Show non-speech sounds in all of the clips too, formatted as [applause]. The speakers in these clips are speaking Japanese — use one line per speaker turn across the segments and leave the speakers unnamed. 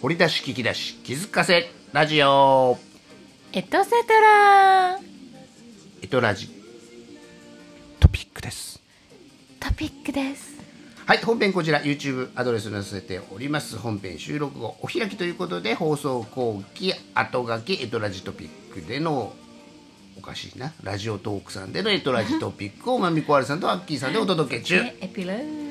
掘り出し聞き出し気づかせラジオ
エトセトラ
エトラジトピックです
トピックです
はい本編こちら YouTube アドレスに載せております本編収録後お開きということで放送後期後書きエトラジトピックでのおかしいなラジオトークさんでのエトラジトピックをまみこわるさんとアッキーさんでお届け中
ねエピロー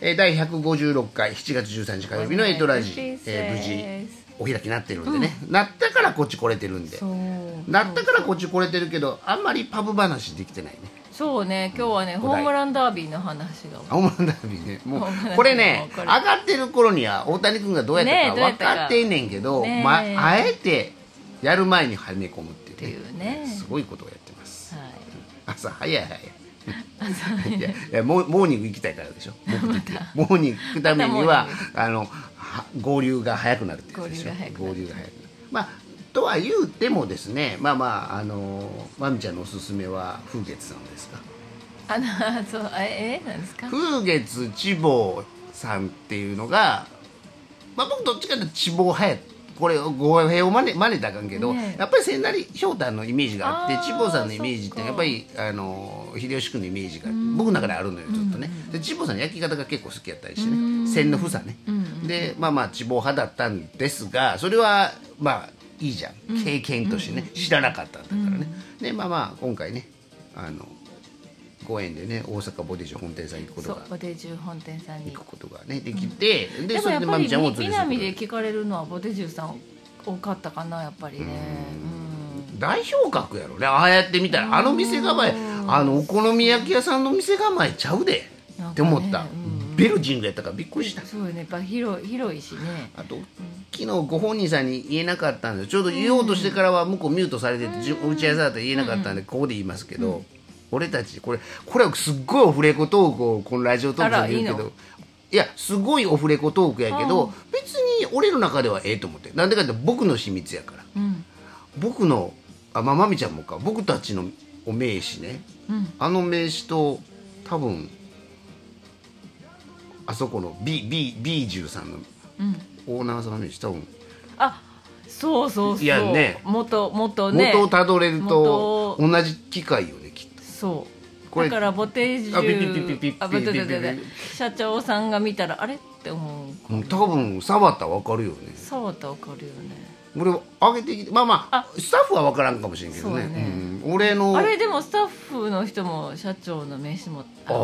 えー第156回7月13日火曜日のエトラジ、えー無事お開きになってるんでね、なったからこっち来れてるんで
そう
なったからこっち来れてるけどあんまりパブ話できてないね
そうね今日はね
お
ホ
題
ームランダービーの話が
青森ダービ
[laughs]
ーねもう
青森ダービー
これね
こ
上
れ
がってる頃には大谷君がどうやった
ね
か
えどうや
分
ったか
かってんねんけど、
ねえ
まあえてやる前にはめ込むっていう,、
っていうね
すごいことをやってます
はい
朝早い早いいやいやモーモーニング行きたいからでしょ目的はモーニング行くためには
ま
あのは合流が早くなるっていうでしょ
合流が早くなる
合流が早くなるまあとは言うてもですねまあまああのまみちゃんのおすすめは風月さんですか
あのそうええなんですか
風月千房さんっていうのが、まあ、僕どっちかというと千房派やこれ語弊を真似真似たらあかんけど、
ねえ
やっぱり千成ひょうたんのイメージがあ
あ
って
ー
千房さんのイメージって
そっか
やっぱりあの秀吉君のイメージが僕の中であるのよずっとね、で千房さんの焼き方が結構好きやったりしてね千の房ね、でまあまあ千房派だったんですがそれはまあいいじゃん経験としてね、知らなかったんだからね、でまあまあ今回ねあのご縁でね大阪ボディジョン本店さん行くこと
そ
が
うボデジュ本店さんに
行くことがねできて、で
で
そ
も
れ
やっ
で
ぱ
まみ
り
ちゃんをお連れする
南で聞かれるのはボデジュさん多かったかなやっぱりね
代表格やろねああやって見たらあの店構えあのお好み焼き屋さんの店構えちゃうで、
な
っ
んかね
て思った、
うん
ベルジングやったからびっくりした
うんそうよねやっぱ広い広いしね
あと昨日ご本人さんに言えなかったんですちょうど言おうとしてからは向こうミュートされてて、じ打ち合わせだったら言えなかったんで、ここで言いますけど、俺たちこれこれはすっごいオフレコトークをこのラジオトークで言うけ
あらいい
ど
の
いやすごいオフレコトークやけど、
うん
別に俺の中ではええと思ってなんでかって僕の秘密やから
うん
僕のあまあまみちゃんもか僕たちのお名刺ね
うん
あの名刺と多分あそこの B B B 1 3の
うん
オーナーさんの名刺多分
あそうそうそう
いやね
元元ね
元をたどれる
元
と
を
同じ機械よねきっと
そう
これ
だからボテージ
あピピピピピピ
ュあぶてぶてぶ
ピ
て
ピピ
社長さんが見たらあれって思う
うん多分触ったら分かるよね
触ったらわかるよね
俺上げてきてまあまあ
あ
スタッフは分からんかもしれんけどね
そうね
うん俺の
あれでもスタッフの人も社長の名刺も
あ
ま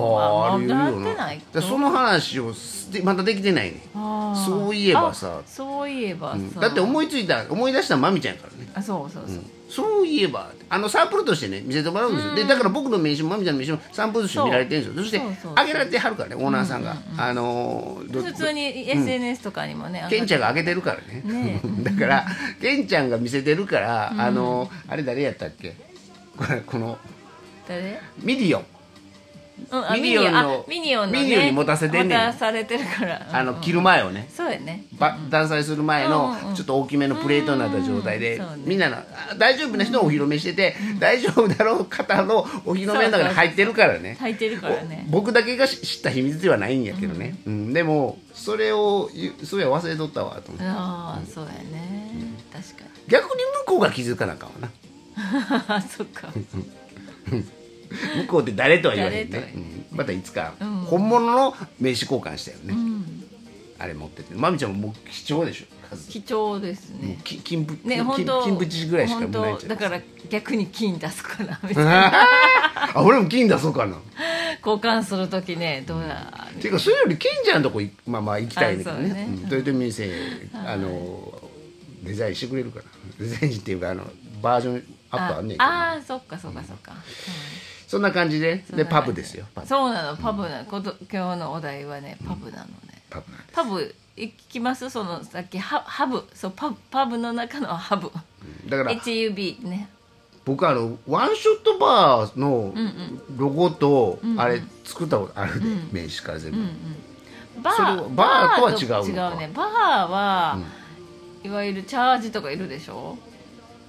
ーあれいる
ま
よ
って
な
ない
だからその話をすでまたできてないね
あー
そういえばさ
あそういえばさ、
うんだって思いついた思い出したまみちゃんやからね
あそうそうそう、
そういえばあのサンプルとしてね見せてもらうんですよでだから僕の名刺もまみちゃんの名刺もサンプルとして見られてるんですよそ
そう
して
そう
あげられてはるからねオーナーさんが、あのーど
普通に SNS とかにもね、あん
ケンちゃんが上げてるからね
ね
[laughs] だからケンちゃんが見せてるから、あのあれ誰やったっけ [laughs] これこの
誰
ミディオン
うんあ
ミニオンの
あミニオンの、ね、
ミニオンに持たせてんねん
持たされてるから
あの
うん
着る前をね
そうやね
ば断裁する前
う
の
んうんうん
ちょっと大きめのプレートになった状態で
うんうんそうね
みんなのあ大丈夫な人をお披露目してて大丈夫だろう方のお披露目の中に入ってるからね
履いてるからね
お僕だけが知った秘密ではないんやけどね、うん、でもそれを言うそういや忘れとったわと思って
ああそうやね、確か
逆に向こうが気づかなあかんわな
に [laughs] そっか
向こうって誰とは言わへん
誰と
ね
は言、
うんまたいつか
うん
本物の名刺交換したよね、
うん
あれ持っててまみちゃんももう貴重でしょ数
貴重です
もう
ね
き金ぶ
ね
金
本当
金縁ぐらいしかもうないん
本
じ
当
ゃな
だ
い
から逆に金出
[laughs]
すからみたいな
あ俺も金出そうかな
交換する時ねどうだ
ていうかそれより金ちゃんのとこ行くまあまあ行きたいんだけどね
あそうね
うんトヨタ店あのデザインしてくれるかな [laughs] デザインっていうかあのバージョンアップあんねんけどね
ああーそっかそっかそっか、
そんな感じで
うん
でパブですよパブ
そうなのパブなのこと今日のお題はねパブなのね、
パブ
パブ行きますそのさっきハハブそうパブパブの中のハブ
だから
HUB ね
僕あのワンショットバーのロゴとあれ作ったことあるで名刺から全部
バ
それを
ー
バーとは違うのか
バーと違うねバーは、いわゆるチャージとかいるでしょ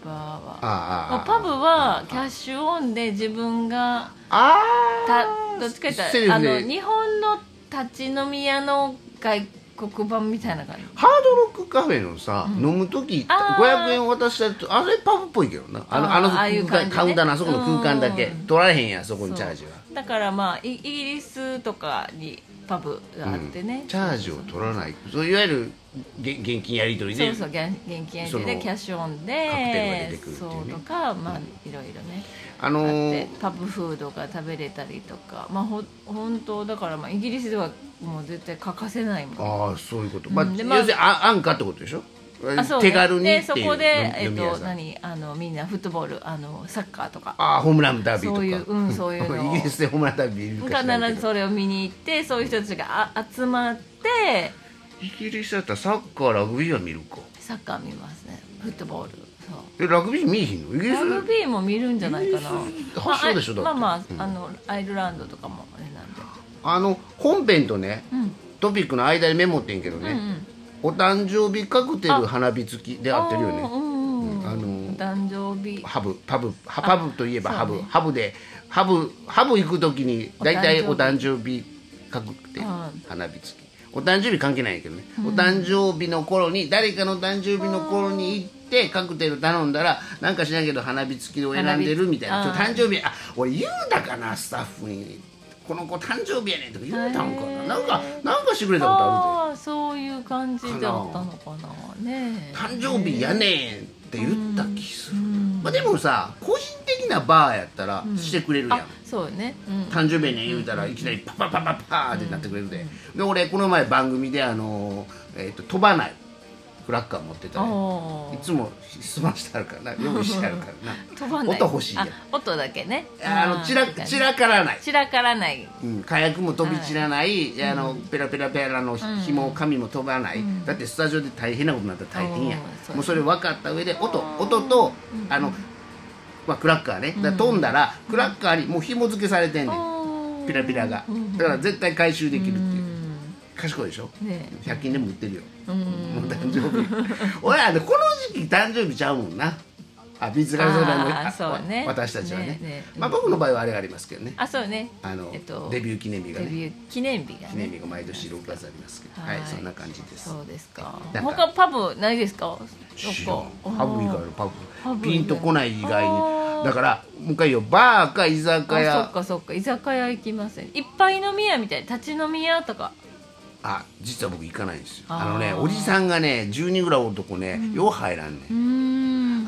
バーは
あーあーあー
パブはキャッシュオンで自分が
あ
たどっちか言った
セル
らあ
フで
の日本の立ち飲み屋の外黒板みたいな感じ
ハードロックカフェのさ、飲む時
あー
500円渡したとあれパブっぽいけどなあの
あー
あの
ああいう
空間
感じね
カウンターのあそこの空間だけ
うん
取られへんやんそこに
そう
チャージは
だからまあイイギリスとかにパブがあってね、
チャージを取らないそういわゆるげ現金やり取り
そ
で
うそう現現金や
そ
り
の
でキャッシュオン
カクテルが出
で
てくるっていうね
そうとかまあいろいろね
あ
あ
の
って
ー
パブフードが食べれたりとかまあほ本当だからまあイギリスではもう絶対欠かせないもん
ああそういうこと、まあ
うんでまあ
要するにあ安価ってことでしょ
あそうね
手軽にっていう
でそこでえっ
飲み屋
と
さん
何あのみんなフットボールあのサッカーとか
ああホームランダービーとか
そういううんそういうの
[laughs] イギリスでホームランダービーいるか知らんけど
必ずそれを見に行ってそういう人たちがあ集まって
イギリスだったらサッカーラグビーは見るか
サッカー見ますねフットボールそう
えラグビー見えへんのイギリス
ラグビーも見るんじゃないかな
イギリス。発祥でしょ
まあ、
だ
ま
っ
あ
て
まあ、あの、アイルランドとかも、あれなんで。
あの本編とね、
ん
トピックの間にメモってんけどね、お誕生日カクテル花火付きで合ってるよ
あー
ね
うんうん、
あの
誕生日。
ハブパブハパブといえば
そう
ハブ、
ね
ハブでハブハブ行く時に大体お
お
誕
誕
生日カクテル
うん
花火付きお誕生日関係ないんやけどね、お誕生日の頃に誰かの誕生日の頃に行ってカクテル頼んだらなんか知らんけど花火付きを選んでるみたいなちょ
花火
誕生日あ俺言うたかなスタッフにこの子誕生日やねんとか言うたんか
へ
な
ー
なんかなんかしてくれたことあるで。
ああ、そういう感じだったのかな。ねえ。
誕生日やねんって言った気する、まあ、でもさ個人的なバーやったらしてくれるやん、
あ、そうね。うん。
誕生日やねん言うたらいきなりパパパパパーってなってくれるで、で俺この前番組であの、えっと飛ばないクラッカー持ってたね
ああ
いつも済ましてあるからな用意してあるから
[laughs] 飛ば
な
ない。
音欲しいやん
あ音だけね。
あの散ら
うん
散らからない
散らからない。
うん、火薬も飛び散らない、あのペラペラペラの紐、紙も飛ばない、だってスタジオで大変なことになったら大変や、
うんそう
もうそれ分かった上で音音とあの、まあ、クラッカーねだから飛んだら、クラッカーにもう紐付けされてんねん、
ああ
ピラピラがだから絶対回収できるっていう、賢いでしょ
ね
100均でも売ってるよ、もう誕生日
[laughs]
俺あのこの時期誕生日ちゃうもんなあ水がそうだね
あー
あ
そうね
私たちはね
ねね
まあ、僕の場合はあれがありますけどね
あ、そうね。
あの、
えっと
デビュー記念日
デ
がね
ビュー記念日が
記
ね
念。日が毎年6月ありますけど、は、
はいい
そんな感じです。
そうですか。
なんか
他パブないですか？
知
ど
らん
こ
パブ以外のパ
パ
ブ、
ブ
ピンとこない以外に、
あー
だからもう一回よ、バーか居酒
あそ
屋
っ、かそっか居酒屋行きません。いっぱい飲み屋みたい立ち飲み屋とか。
あ、実は僕行かないんですよ。
あー
あのね、おじさんがね、10人ぐらいおるとこね、よう入らんね
う。ー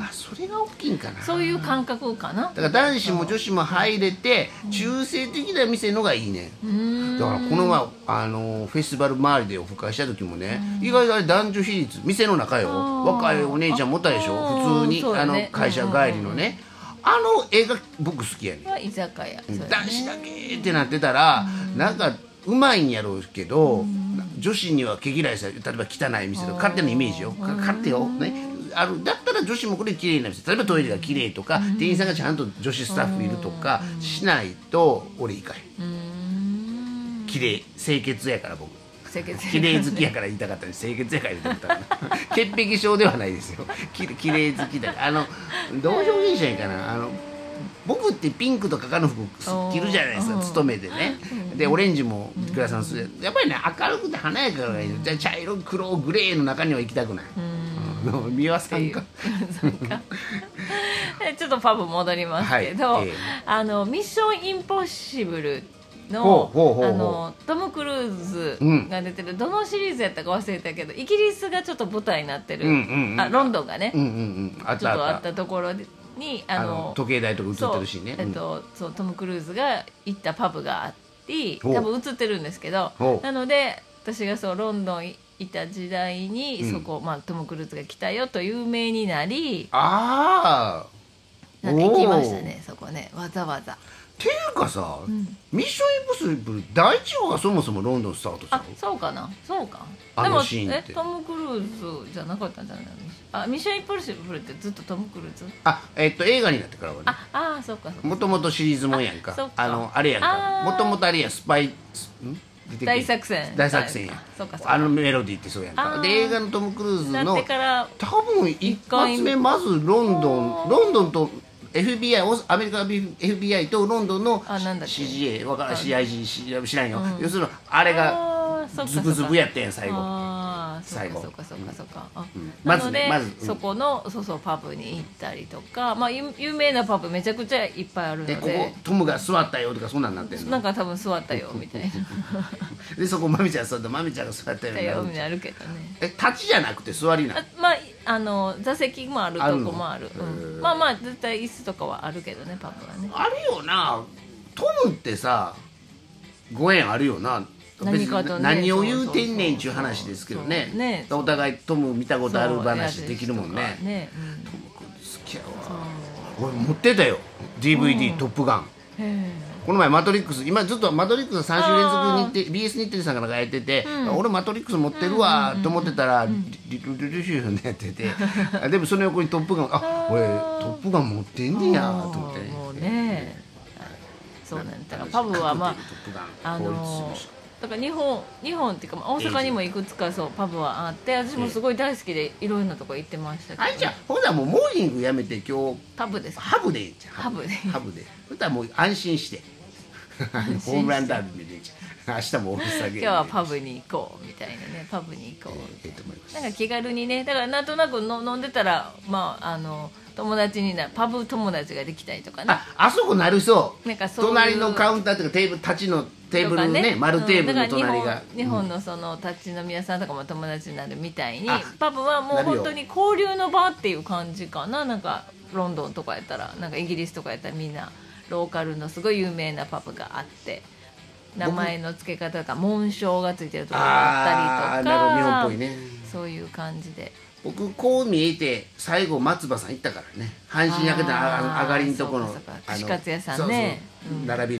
ん。
あ、それが大きいんかな。
そういう感覚かな。
だから男子も女子も入れて、中性的な店のがいいね。
うーん。
だからこの前あのフェスティバル周りでオフ会した時もね、意外とあれ男女比率店の中よ
あー
若いお姉ちゃんもったでしょ
あ
普通に、
そう
あ
だ
の
ね
会社帰りのね、あの映画僕好きやね
は居酒屋。そうだ
男
ね
子だけってなってたら、なんかうまいんやろうけど、女子には毛嫌いされ例えば汚い店とか勝手なイメージよ、か勝手よ、ね、あるだったら女子もこれ綺麗な店例えばトイレが綺麗とか、店員さんがちゃんと女子スタッフいるとかしないと俺いかへん
うーん。
綺麗清潔やから僕
清潔
綺麗好きやから言いたかったのに清潔やから言いたかったの
[laughs]
潔癖症ではないですよき綺麗好きだからあのどう表現したらいいかなあの僕ってピンクとか赤の服着るじゃないです
お
か
ー
勤めでねでオレンジもグラさんするやっぱりね明るくて華やかがいいのじゃあ茶色黒グレーの中には行きたくないうん三輪さんか
えちょっとパブ戻りますけど、
はいええ
あのミッションインポッシブル
ほう
の
ほうほうほう
あのトム・クルーズが出てる、どのシリーズやったか忘れたけどイギリスがちょっと舞台になってる、
うんうんうん
あロンドンがね、
うんうんうんあっ
ちょ
た
っと
あ
あ
っ
ったたところにあ
あ
の
の時計台とか映ってるしね
そうえっとそうトム・クルーズが行ったパブがあって
ほう
多分映ってるんですけど
ほう
なので私がそうロンドンいいた時代に、
うん
そこ、まあ、トム・クルーズが来たよと有名になり
ああ
なんか行きましたねそこねわざわざ
ていうかさ、ミッションインポッシブル第一話がそもそもロンドンスタートした
あ
の
そうかなそうか
あのシーンって
えトム・クルーズじゃなかったんじゃないのあミッション・インポッシブルってずっとトム・クルーズ
あえっと映画になってからはね
ああーそうかそうか
もともとシリーズもんやんか
あそ
あ
っか
のあれやんか
あー
もともとあれやんスパイスん出てけ
大作戦
大作戦やん
あそうかそうか
あのメロディーってそうやんか
あー
で映画のトム・クルーズ
なっ
の
てから
多分一発目まずロンドンロンドンと FBI オスアメリカ FBI とロンドンの
あなんだっけ
CGA わからん
うん
CIG 知らんよ、要するにあれが
ああそっか
ズブズブやってん最後
ああそ
最
っ
後
かそっかそっかそっか、あ
うん
な
まず
の
ね
で、
まずうん
そこのそうそうパブに行ったりとかまあゆ有名なパブめちゃくちゃいっぱいあるので
でここトムが座ったよとかそんなんなってん
な
の
んか多分座ったよ [laughs] みたいな
でそこマミちゃん座ってマミちゃんが座った
座
よ
ったよみ
に
た
なる
いなのあるけどね
え立ちじゃなくて座りなの
あまああの座席もあるとこもある
あるの
うん
へえ
まあまあ絶対椅子とかはあるけどねパブはね
あるよなトムってさご縁あるよな
何か
別
とね
に何を言うてんねんちゅう話ですけどね
そうね
お互いトム見たことある話
そう
できるもん
やつとか
ね
ね、
トム君好きやわ俺持ってたよ DVD「トップガン」
うんへ
この前「マトリックス」今ずっと「マトリックス」3週連続日程 BS 日程さんからやってて、俺「マトリックス」持ってるわと思ってたら「リルルルシュー」やっててあでもその横に「トップガン」あ俺「トップガン」持ってんねやと思って
あーもうねそうなんだからパブはまああのーだから日本日本っていうかまあ大阪にもいくつかそうパブはあって私もすごい大好きでいろんなとこ行ってましたけど、
あいじゃあほんならもうモーニングやめて今日
パブですか
ハブでいいじゃん
ハブで
ハブでほんならもう安心してあのホームランダービーでいいじゃん明日も大阪
今日はパ
ブ
ブに行こうみたいなねパブに行こう
ええと思います
なんか気軽にねだからなんとなくの飲んでたらまああの友達になパブ友達ができたりとかね
ああそこなるそう
なんかそういう
隣のカウンターとかテーブル立ちのテーブルね
とか
丸テーブルの
う
隣
んだから
が
日本日本のその立ち飲み屋さんとかも友達になるみたいに、
あ
パブはも
な
う
るよ
本当に交流の場っていう感じかななんかロンドンとかやったらなんかイギリスとかやったらみんなローカルのすごい有名なパブがあって名前の付け方が紋章が付いてるところがあったりとか
あーなるほど日本っぽいね
そういう感じで
僕こう見えて最後松葉さん行ったからね阪神焼けた
あー
あ上がりんとこの
そうかそうか
あの
串カツ屋さんね
そうそう並び